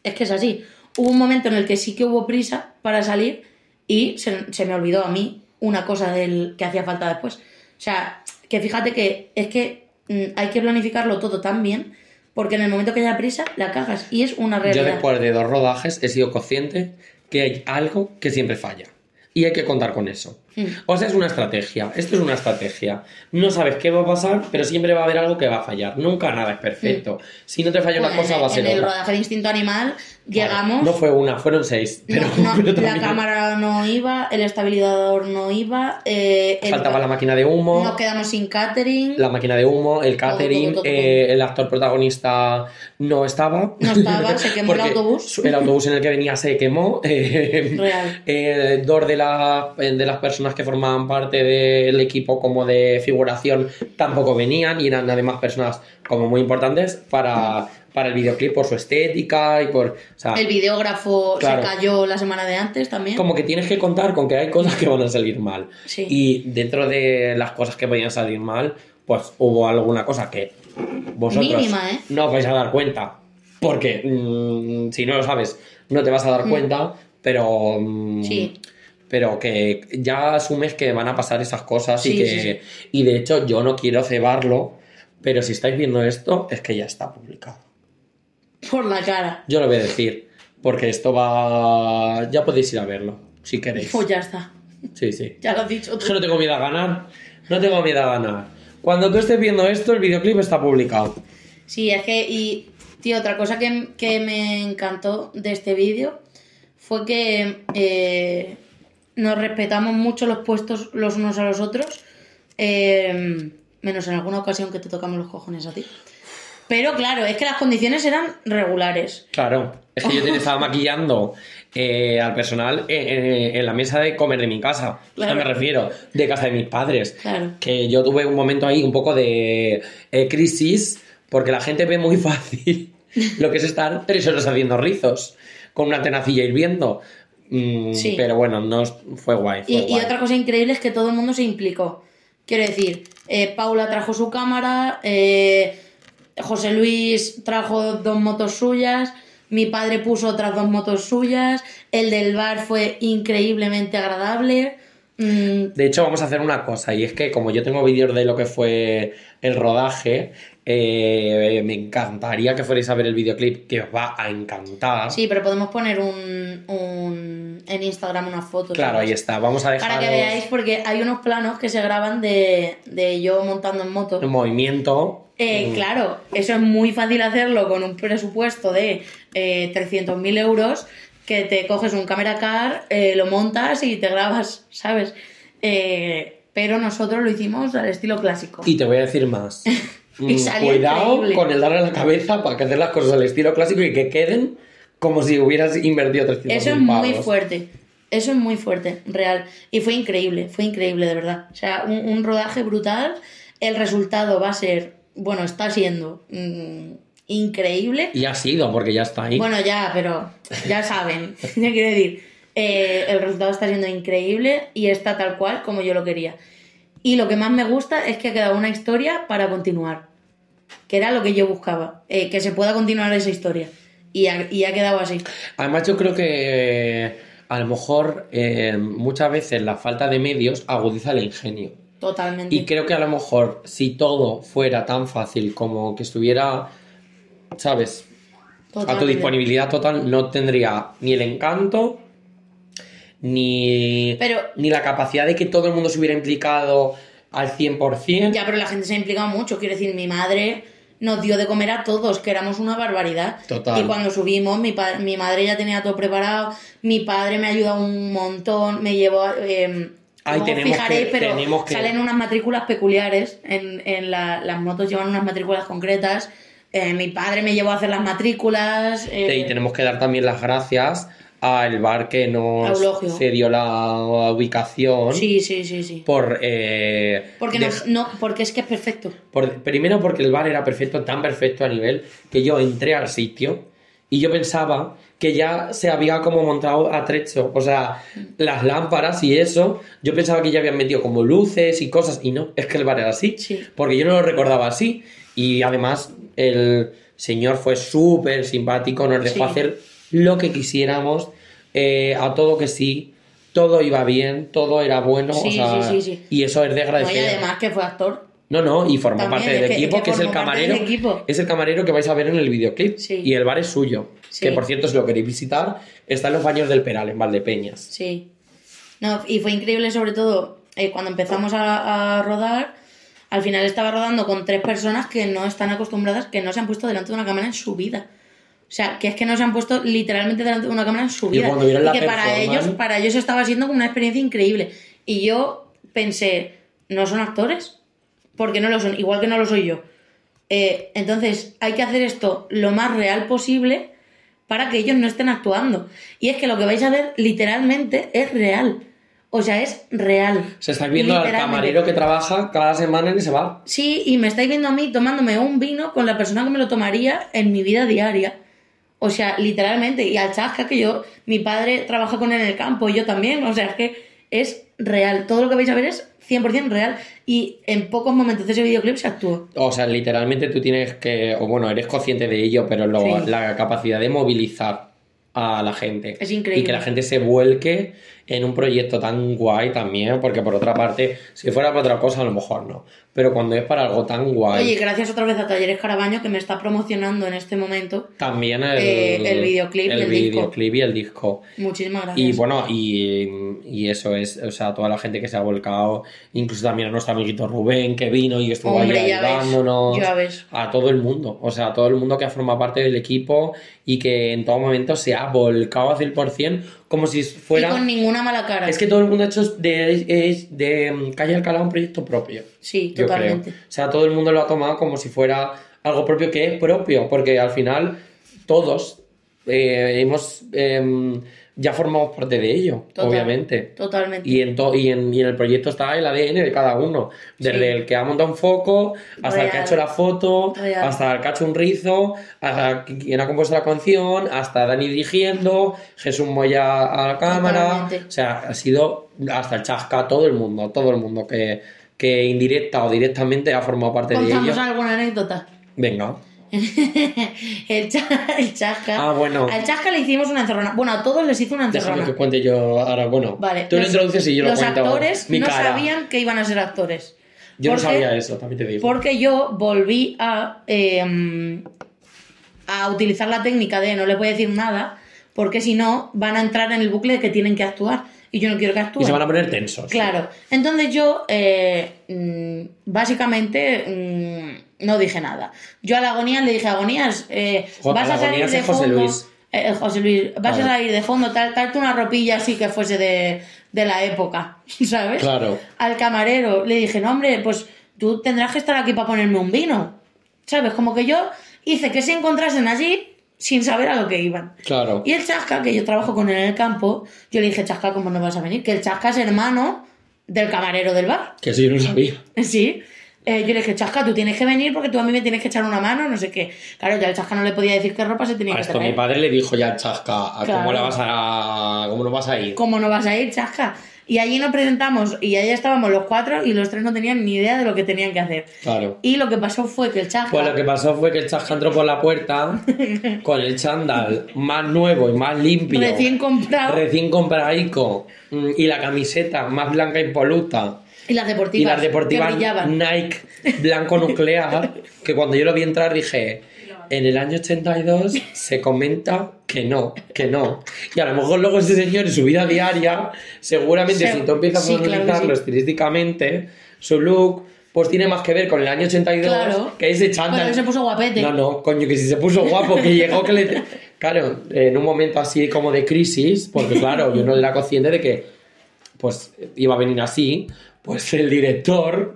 Speaker 2: es, que es así. Hubo un momento en el que sí que hubo prisa para salir y se, se me olvidó a mí una cosa del que hacía falta después. O sea, que fíjate que es que mm, hay que planificarlo todo tan bien, porque en el momento que haya prisa, la cagas. Y es una
Speaker 3: Yo
Speaker 2: realidad.
Speaker 3: después de dos rodajes he sido consciente que hay algo que siempre falla. Y hay que contar con eso.
Speaker 2: Mm.
Speaker 3: O sea, es una estrategia. Esto es una estrategia. No sabes qué va a pasar, pero siempre va a haber algo que va a fallar. Nunca nada es perfecto. Si no te falla una
Speaker 2: Hmm. Bueno,
Speaker 3: cosa, va a
Speaker 2: Pues, en
Speaker 3: ser
Speaker 2: el
Speaker 3: otra.
Speaker 2: rodaje de instinto animal llegamos.
Speaker 3: No fue una, fueron seis. Pero,
Speaker 2: no, no,
Speaker 3: pero
Speaker 2: la
Speaker 3: también
Speaker 2: cámara no iba, el estabilizador no iba, eh, el-
Speaker 3: faltaba la máquina de humo.
Speaker 2: nos quedamos sin catering,
Speaker 3: La máquina de humo, el
Speaker 2: Todo,
Speaker 3: catering,
Speaker 2: todo, todo, todo.
Speaker 3: eh, el actor protagonista no estaba.
Speaker 2: no estaba, se quemó el
Speaker 3: porque
Speaker 2: autobús.
Speaker 3: El autobús en el que venía se quemó. eh,
Speaker 2: Real.
Speaker 3: eh, dos de, las- eh, de las personas que formaban parte del equipo como de figuración tampoco venían y eran además personas como muy importantes para, para el videoclip por su estética y por... o sea,
Speaker 2: El videógrafo
Speaker 3: Claro.
Speaker 2: se cayó la semana de antes también.
Speaker 3: como que tienes que contar con que hay cosas que van a salir mal.
Speaker 2: Sí.
Speaker 3: Y dentro de las cosas que podían salir mal, pues hubo alguna cosa que vosotros
Speaker 2: Mínima, ¿eh?
Speaker 3: no os vais a dar cuenta. Porque mm, si no lo sabes, no te vas a dar cuenta, pero. mm,
Speaker 2: Mm. Sí.
Speaker 3: Pero que ya asumes que van a pasar esas cosas y
Speaker 2: Sí,
Speaker 3: que.
Speaker 2: sí, sí.
Speaker 3: Y de hecho, yo no quiero cebarlo, pero si estáis viendo esto, es que ya está publicado.
Speaker 2: Por la cara.
Speaker 3: Yo lo voy a decir, porque esto va. Ya podéis ir a verlo, si queréis.
Speaker 2: Pues ya está.
Speaker 3: Sí, sí.
Speaker 2: Ya lo has dicho
Speaker 3: Es que
Speaker 2: tú.
Speaker 3: no tengo miedo a ganar. No tengo miedo a ganar. Cuando tú estés viendo esto, el videoclip está publicado.
Speaker 2: Sí, es que, y, tío, otra cosa que, que me encantó de este vídeo fue que eh, nos respetamos mucho los puestos los unos a los otros, eh, menos en alguna ocasión que te tocamos los cojones a ti. Pero claro, es que las condiciones eran regulares.
Speaker 3: Claro. Es que yo te estaba maquillando eh, al personal eh, eh, en la mesa de comer de mi casa.
Speaker 2: Claro.
Speaker 3: O sea, me refiero, de casa de mis padres.
Speaker 2: Claro.
Speaker 3: Que yo tuve un momento ahí un poco de eh, crisis, porque la gente ve muy fácil lo que es estar tres horas haciendo rizos con una tenacilla hirviendo. Mm,
Speaker 2: Sí.
Speaker 3: Pero bueno, no es- fue guay. fue
Speaker 2: Y, y
Speaker 3: guay.
Speaker 2: otra cosa increíble es que todo el mundo se implicó. Quiero decir, eh, Paula trajo su cámara, eh, José Luis trajo dos motos suyas, mi padre puso otras dos motos suyas, el del bar fue increíblemente agradable. Mm,
Speaker 3: De hecho, vamos a hacer una cosa, y es que como yo tengo vídeos de lo que fue el rodaje, eh, me encantaría que fuerais a ver el videoclip, que os va a encantar.
Speaker 2: sí, pero podemos poner un, un- en Instagram una foto.
Speaker 3: claro,
Speaker 2: ¿sabes?
Speaker 3: ahí está. Vamos a
Speaker 2: Para
Speaker 3: dejar
Speaker 2: que veáis, porque hay unos planos que se graban de, de yo montando en moto.
Speaker 3: el movimiento. Mm.
Speaker 2: Eh, claro, eso es muy fácil hacerlo con un presupuesto de eh, 300.000 euros, que te coges un camera car, eh, lo montas y te grabas, ¿sabes? Eh, pero nosotros lo hicimos al estilo clásico.
Speaker 3: Y te voy a decir más.
Speaker 2: Y
Speaker 3: Mm,
Speaker 2: salió
Speaker 3: Cuidado
Speaker 2: increíble.
Speaker 3: con el darle a la cabeza para que hacer las cosas al estilo clásico y que queden como si hubieras invertido 300
Speaker 2: Eso es muy fuerte, eso es muy fuerte, real. Y fue increíble, fue increíble, de verdad. O sea, un, un rodaje brutal, el resultado va a ser, bueno, está siendo mm, increíble.
Speaker 3: Y ha sido, porque ya está ahí.
Speaker 2: Bueno, ya, pero ya saben. Ya quiero decir, eh, el resultado está siendo increíble y está tal cual como yo lo quería. Y lo que más me gusta es que ha quedado una historia para continuar, que era lo que yo buscaba, eh, que se pueda continuar esa historia. Y ha, y ha quedado así.
Speaker 3: Además, yo creo que eh, a lo mejor eh, muchas veces la falta de medios agudiza el ingenio.
Speaker 2: Totalmente.
Speaker 3: Y creo que a lo mejor si todo fuera tan fácil como que estuviera, ¿sabes? A tu
Speaker 2: Totalmente.
Speaker 3: disponibilidad total, no tendría ni el encanto, ni,
Speaker 2: Pero-
Speaker 3: ni la capacidad de que todo el mundo se hubiera implicado al 100%.
Speaker 2: Ya, pero la gente se ha implicado mucho. Quiero decir, mi madre nos dio de comer a todos, que éramos una barbaridad.
Speaker 3: Total.
Speaker 2: Y cuando subimos, mi, pa- mi madre ya tenía todo preparado, mi padre me ha ayudado un montón, me llevó a... Eh,
Speaker 3: Ay,
Speaker 2: luego
Speaker 3: tenemos
Speaker 2: fijaréis,
Speaker 3: que-
Speaker 2: pero
Speaker 3: tenemos que-
Speaker 2: salen unas matrículas peculiares, en, en la- las motos llevan unas matrículas concretas. Eh, mi padre me llevó a hacer las matrículas. eh,
Speaker 3: Y tenemos que dar también las gracias al bar que nos
Speaker 2: Eulogio.
Speaker 3: cedió la ubicación.
Speaker 2: Sí, sí, sí, sí.
Speaker 3: Por, eh,
Speaker 2: Porque,
Speaker 3: de-
Speaker 2: nos- no, porque es que es perfecto.
Speaker 3: por- primero porque el bar era perfecto, tan perfecto a nivel que yo entré al sitio y yo pensaba que ya se había como montado a trecho, o sea, las lámparas y eso, yo pensaba que ya habían metido como luces y cosas y no, es que el bar era así,
Speaker 2: Sí.
Speaker 3: porque yo no lo recordaba así y además el señor fue súper simpático, nos dejó
Speaker 2: Sí.
Speaker 3: hacer lo que quisiéramos, eh, a todo que sí, todo iba bien, todo era bueno, o
Speaker 2: Sí,
Speaker 3: sea,
Speaker 2: sí, sí, sí.
Speaker 3: y eso es de
Speaker 2: No, y
Speaker 3: agradecer.
Speaker 2: además que fue actor.
Speaker 3: No, no, y formó
Speaker 2: También,
Speaker 3: parte del
Speaker 2: es que-
Speaker 3: equipo,
Speaker 2: es
Speaker 3: que,
Speaker 2: que
Speaker 3: es el
Speaker 2: formó parte
Speaker 3: camarero.
Speaker 2: del equipo.
Speaker 3: Es el camarero que vais a ver en el videoclip.
Speaker 2: Sí.
Speaker 3: Y el bar es suyo.
Speaker 2: Sí.
Speaker 3: Que por cierto, si lo queréis visitar, está en los baños del Peral, en Valdepeñas.
Speaker 2: Sí. No, y fue increíble sobre todo eh, cuando empezamos a, a rodar. Al final estaba rodando con tres personas que no están acostumbradas, que no se han puesto delante de una cámara en su vida. O sea, que es que no se han puesto literalmente delante de una cámara en su vida.
Speaker 3: cuando vieron la
Speaker 2: que para
Speaker 3: performance-
Speaker 2: ellos, para ellos estaba siendo como una experiencia increíble. Y yo pensé, ¿no son actores? Porque no lo son, igual que no lo soy yo. Eh, entonces, hay que hacer esto lo más real posible para que ellos no estén actuando. Y es que lo que vais a ver literalmente es real. O sea, es real.
Speaker 3: Se está viendo al
Speaker 2: Literalmente.
Speaker 3: camarero que trabaja cada semana en ese bar.
Speaker 2: Sí, y me estáis viendo a mí tomándome un vino con la persona que me lo tomaría en mi vida diaria. O sea, literalmente. Y al chasca que yo, mi padre trabaja con él en el campo y yo también. O sea, es que es real. Todo lo que vais a ver es 100% real. Y en pocos momentos de ese videoclip se actuó.
Speaker 3: O sea, literalmente tú tienes que, o bueno, eres consciente de ello, pero lo-
Speaker 2: Sí.
Speaker 3: la capacidad de movilizar a la gente.
Speaker 2: Es increíble.
Speaker 3: Y que la gente se vuelque en un proyecto tan guay también, porque por otra parte, si fuera para otra cosa, a lo mejor no. Pero cuando es para algo tan guay,
Speaker 2: Oye, gracias otra vez a Talleres Carabaño que me está promocionando en este momento.
Speaker 3: También el,
Speaker 2: Eh, el videoclip y
Speaker 3: el
Speaker 2: el disco.
Speaker 3: videoclip y el disco.
Speaker 2: Muchísimas gracias.
Speaker 3: Y bueno, y, y eso es, o sea, toda la gente que se ha volcado, incluso también a nuestro amiguito Rubén que vino y estuvo
Speaker 2: Hombre,
Speaker 3: ahí
Speaker 2: ya ves,
Speaker 3: ayudándonos,
Speaker 2: ya ves.
Speaker 3: a todo el mundo, o sea, a todo el mundo que ha formado parte del equipo y que en todo momento se ha volcado al 100% como si
Speaker 2: Y
Speaker 3: fuera...
Speaker 2: con ninguna mala cara.
Speaker 3: Es que todo el mundo ha hecho de, es- de mm, Calle Alcalá un proyecto propio.
Speaker 2: Sí,
Speaker 3: Yo
Speaker 2: totalmente.
Speaker 3: creo. O sea, todo el mundo lo ha tomado como si fuera algo propio que es propio, porque al final todos eh, hemos eh, ya formamos parte de ello,
Speaker 2: Total.
Speaker 3: obviamente.
Speaker 2: Totalmente.
Speaker 3: Y en, to- y, en, y en el proyecto está el ADN de cada uno. Desde
Speaker 2: Sí.
Speaker 3: el que ha montado un foco, hasta el que ha
Speaker 2: Real.
Speaker 3: hecho la foto,
Speaker 2: Real.
Speaker 3: hasta el que ha hecho un rizo, hasta quien ha compuesto la canción, hasta Dani dirigiendo, Jesús Moya a la cámara.
Speaker 2: Totalmente.
Speaker 3: O sea, ha sido hasta el chasca todo el mundo, todo el mundo que, que indirecta o directamente ha formado parte de
Speaker 2: Contamos
Speaker 3: ello.
Speaker 2: alguna anécdota.
Speaker 3: Venga.
Speaker 2: el, cha- el chasca.
Speaker 3: Ah, bueno.
Speaker 2: Al chasca le hicimos una encerrona. Bueno, a todos les hizo una
Speaker 3: Déjame que
Speaker 2: encerrona.
Speaker 3: cuente yo ahora. Bueno,
Speaker 2: Vale.
Speaker 3: tú lo introduces y yo lo
Speaker 2: los
Speaker 3: cuento.
Speaker 2: actores
Speaker 3: Mi
Speaker 2: no
Speaker 3: cara.
Speaker 2: sabían que iban a ser actores.
Speaker 3: Yo no
Speaker 2: Porque-
Speaker 3: sabía eso, también te digo.
Speaker 2: Porque yo volví a, eh, a utilizar la técnica de no les voy a decir nada, porque si no van a entrar en el bucle de que tienen que actuar. Y yo no quiero que actúen.
Speaker 3: Y se van a poner tensos.
Speaker 2: Claro. Entonces yo, eh, mm, básicamente, mm, no dije nada. Yo a la agonía le dije, agonías, eh,
Speaker 3: Jo-
Speaker 2: vas
Speaker 3: a
Speaker 2: a
Speaker 3: la
Speaker 2: salir
Speaker 3: Agonías
Speaker 2: de
Speaker 3: es José
Speaker 2: fondo.
Speaker 3: Luis.
Speaker 2: eh, José Luis, vas
Speaker 3: Claro.
Speaker 2: a salir de fondo, tal, tal, una ropilla así que fuese de, de la época, ¿sabes?
Speaker 3: Claro.
Speaker 2: Al camarero le dije, no, hombre, pues tú tendrás que estar aquí para ponerme un vino, ¿sabes? Como que yo hice que se encontrasen allí sin saber a lo que iban.
Speaker 3: Claro.
Speaker 2: Y el Chasca, que yo trabajo con él en el campo, yo le dije, Chasca, ¿cómo no vas a venir? Que el Chasca es hermano del camarero del bar.
Speaker 3: Que eso yo no sabía.
Speaker 2: Sí. Eh, yo le dije, Chasca, tú tienes que venir porque tú a mí me tienes que echar una mano, no sé qué. Claro, ya el Chasca no le podía decir qué ropa se tenía
Speaker 3: A
Speaker 2: que
Speaker 3: esto mi
Speaker 2: traer.
Speaker 3: padre le dijo ya al chasca, ¿a ¿cómo,
Speaker 2: Claro.
Speaker 3: la vas a, ¿cómo no vas a ir?
Speaker 2: ¿Cómo no vas a ir, Chasca? Y allí nos presentamos y allí estábamos los cuatro y los tres no tenían ni idea de lo que tenían que hacer.
Speaker 3: Claro.
Speaker 2: Y lo que pasó fue que el chasca...
Speaker 3: Pues lo que pasó fue que el chasca entró por la puerta con el chándal más nuevo y más limpio.
Speaker 2: Recién comprado.
Speaker 3: Recién compradico. Mm, Y la camiseta más blanca y poluta.
Speaker 2: Y las deportivas.
Speaker 3: Y las
Speaker 2: que
Speaker 3: deportivas
Speaker 2: brillaban.
Speaker 3: Nike blanco nuclear, que cuando yo lo vi entrar dije, en el año 82 se comenta que no, que no. Y a lo mejor luego ese señor en su vida diaria, seguramente
Speaker 2: Se-
Speaker 3: si tú empiezas
Speaker 2: sí,
Speaker 3: a
Speaker 2: claro que
Speaker 3: analizarlo
Speaker 2: sí.
Speaker 3: estilísticamente, su look, pues tiene más que ver con el año 82
Speaker 2: Claro.
Speaker 3: que ese chándal.
Speaker 2: Bueno, él se puso guapete.
Speaker 3: No, no, coño, que si se puso guapo, que llegó, que le... Claro, en un momento así como de crisis, porque claro, yo no era consciente de que pues iba a venir así, pues el director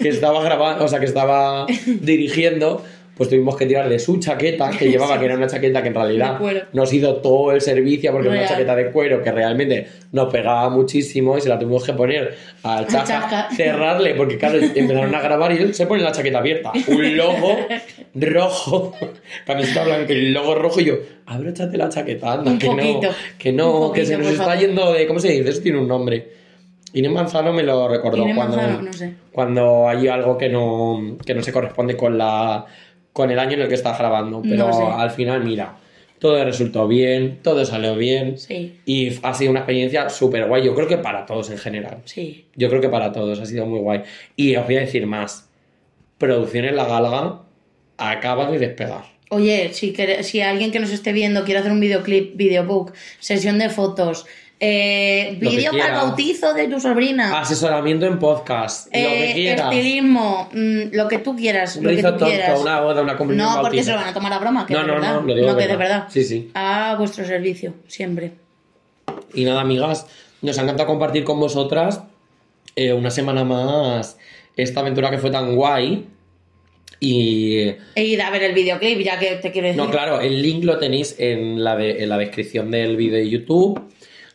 Speaker 3: que estaba grabando, o sea, que estaba dirigiendo, pues tuvimos que tirar de su chaqueta que llevaba, que era una chaqueta que en
Speaker 2: De
Speaker 3: realidad
Speaker 2: cuero.
Speaker 3: nos hizo todo el servicio porque era
Speaker 2: Real.
Speaker 3: una chaqueta de cuero que realmente nos pegaba muchísimo y se la tuvimos que poner al
Speaker 2: Chasca.
Speaker 3: chaca, cerrarle, porque claro, empezaron a grabar y él se pone la chaqueta abierta, un logo rojo, camiseta blanca y el logo rojo y yo, abróchate la chaqueta, anda,
Speaker 2: Un
Speaker 3: que
Speaker 2: poquito.
Speaker 3: no, que
Speaker 2: Un
Speaker 3: no,
Speaker 2: poquito,
Speaker 3: que se nos
Speaker 2: por
Speaker 3: está
Speaker 2: favor.
Speaker 3: yendo de, ¿cómo se dice? Eso tiene un nombre. Inés Manzano me lo recordó
Speaker 2: Inés
Speaker 3: cuando,
Speaker 2: Manzano, no sé.
Speaker 3: cuando hay algo que no, que no se corresponde con la con el año en el que estás grabando. Pero
Speaker 2: No sé.
Speaker 3: al final, mira, todo resultó bien, todo salió bien.
Speaker 2: Sí,
Speaker 3: Y ha sido una experiencia súper guay, yo creo que para todos en general.
Speaker 2: sí.
Speaker 3: Yo creo que para todos ha sido muy guay. Y os voy a decir más. Producciones La Galga acaba de despegar.
Speaker 2: Oye, si, quere- si alguien que nos esté viendo quiere hacer un videoclip, videobook, sesión de fotos, eh,
Speaker 3: Lo que
Speaker 2: vídeo para el
Speaker 3: quiera.
Speaker 2: bautizo de tu sobrina,
Speaker 3: Asesoramiento en podcast, lo
Speaker 2: Ah. eh,
Speaker 3: que quieras.
Speaker 2: estilismo, mm, lo que tú quieras,
Speaker 3: Un
Speaker 2: lo que
Speaker 3: rizo
Speaker 2: tú
Speaker 3: tonto,
Speaker 2: quieras.
Speaker 3: una boda, una comunión.
Speaker 2: no,
Speaker 3: un
Speaker 2: porque
Speaker 3: bautizo.
Speaker 2: se lo van a tomar a broma, que
Speaker 3: No,
Speaker 2: es de
Speaker 3: no,
Speaker 2: verdad.
Speaker 3: no, lo digo
Speaker 2: que
Speaker 3: de
Speaker 2: es de
Speaker 3: verdad.
Speaker 2: verdad.
Speaker 3: Sí, sí.
Speaker 2: A vuestro servicio, siempre.
Speaker 3: Y nada, amigas, nos ha encantado compartir con vosotras eh, una semana más esta aventura que fue tan guay. Y
Speaker 2: E ir a ver el videoclip, ya que te quiero decir.
Speaker 3: no, claro, el link lo tenéis en la, de- en la descripción del vídeo de YouTube.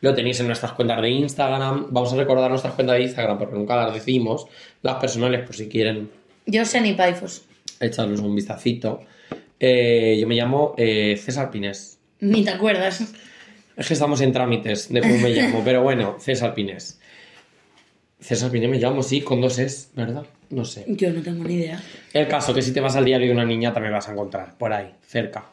Speaker 3: Lo tenéis en nuestras cuentas de Instagram. Vamos a recordar nuestras cuentas de Instagram porque nunca las decimos. Las personales, por si quieren
Speaker 2: Yo sé ni Paifos.
Speaker 3: echarnos un vistacito. Eh, yo me llamo eh, César Pines.
Speaker 2: Ni te acuerdas.
Speaker 3: Es que estamos en trámites de cómo me llamo, pero bueno, César Pines. César Pines me llamo, sí, con dos es, ¿verdad? No sé.
Speaker 2: Yo no tengo ni idea.
Speaker 3: El caso que si te vas al diario de una niña también vas a encontrar, por ahí, cerca.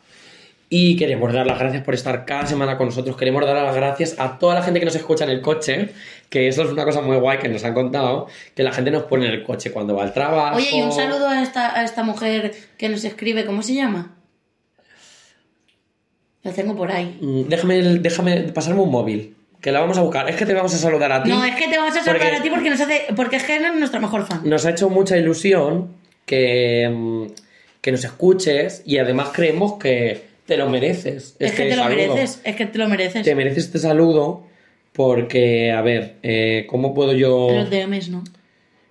Speaker 3: Y queremos dar las gracias por estar cada semana con nosotros. Queremos dar las gracias a toda la gente que nos escucha en el coche, que eso es una cosa muy guay que nos han contado, que la gente nos pone en el coche cuando va al trabajo.
Speaker 2: Oye, y un saludo a esta, a esta mujer que nos escribe, ¿cómo se llama? La tengo por ahí.
Speaker 3: Mm, Déjame, el- déjame pasarme un móvil, que la vamos a buscar. Es que te vamos a saludar a ti.
Speaker 2: No, es que te vamos a saludar
Speaker 3: Porque-
Speaker 2: a ti porque nos hace. Porque es que eres nuestra mejor fan.
Speaker 3: nos ha hecho mucha ilusión que, mm, que nos escuches y además creemos que te lo mereces.
Speaker 2: es que
Speaker 3: este
Speaker 2: te lo
Speaker 3: saludo.
Speaker 2: mereces, es que te lo mereces.
Speaker 3: Te mereces este saludo porque, a ver, eh, ¿cómo puedo yo...?
Speaker 2: Los DMs, ¿no?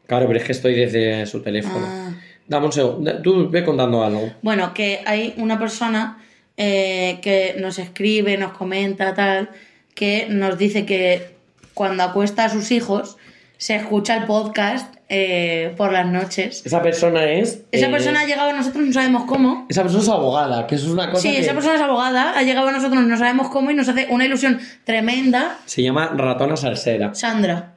Speaker 3: Claro, pero es que estoy desde su teléfono.
Speaker 2: Ah.
Speaker 3: Dame un segundo. Tú ve contando algo.
Speaker 2: Bueno, que hay una persona eh, que nos escribe, nos comenta, tal, que nos dice que cuando acuesta a sus hijos se escucha el podcast eh, por las noches.
Speaker 3: Esa persona es...
Speaker 2: Esa
Speaker 3: eh,
Speaker 2: persona ha llegado a nosotros, no sabemos cómo.
Speaker 3: Esa persona es abogada, que eso es una cosa
Speaker 2: Sí,
Speaker 3: que-
Speaker 2: esa persona es abogada, ha llegado a nosotros, no sabemos cómo y nos hace una ilusión tremenda.
Speaker 3: Se llama Ratona Salsera.
Speaker 2: Sandra,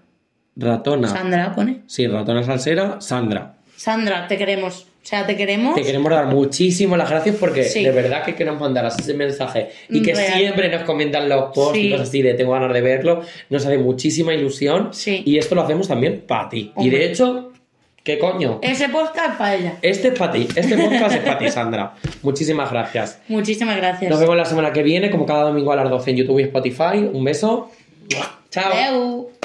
Speaker 3: Ratona.
Speaker 2: Sandra pone.
Speaker 3: Sí, Ratona Salsera, Sandra.
Speaker 2: Sandra, te queremos. O sea, te queremos.
Speaker 3: Te queremos dar muchísimas las gracias porque
Speaker 2: Sí.
Speaker 3: de verdad que queremos mandaros ese mensaje y que
Speaker 2: Real.
Speaker 3: siempre nos comentan los posts
Speaker 2: Sí.
Speaker 3: y cosas así de tengo ganas de verlo. Nos hace muchísima ilusión
Speaker 2: Sí.
Speaker 3: y esto lo hacemos también para ti. Y
Speaker 2: Hombre. Eh.
Speaker 3: de hecho, ¿qué coño?
Speaker 2: Ese podcast para ella.
Speaker 3: Este es para ti, este podcast es para ti, Sandra. Muchísimas gracias.
Speaker 2: Muchísimas gracias.
Speaker 3: Nos vemos la semana que viene, como cada domingo a las 12 en YouTube y Spotify. Un beso. ¡Mua! Chao.
Speaker 2: Adeu.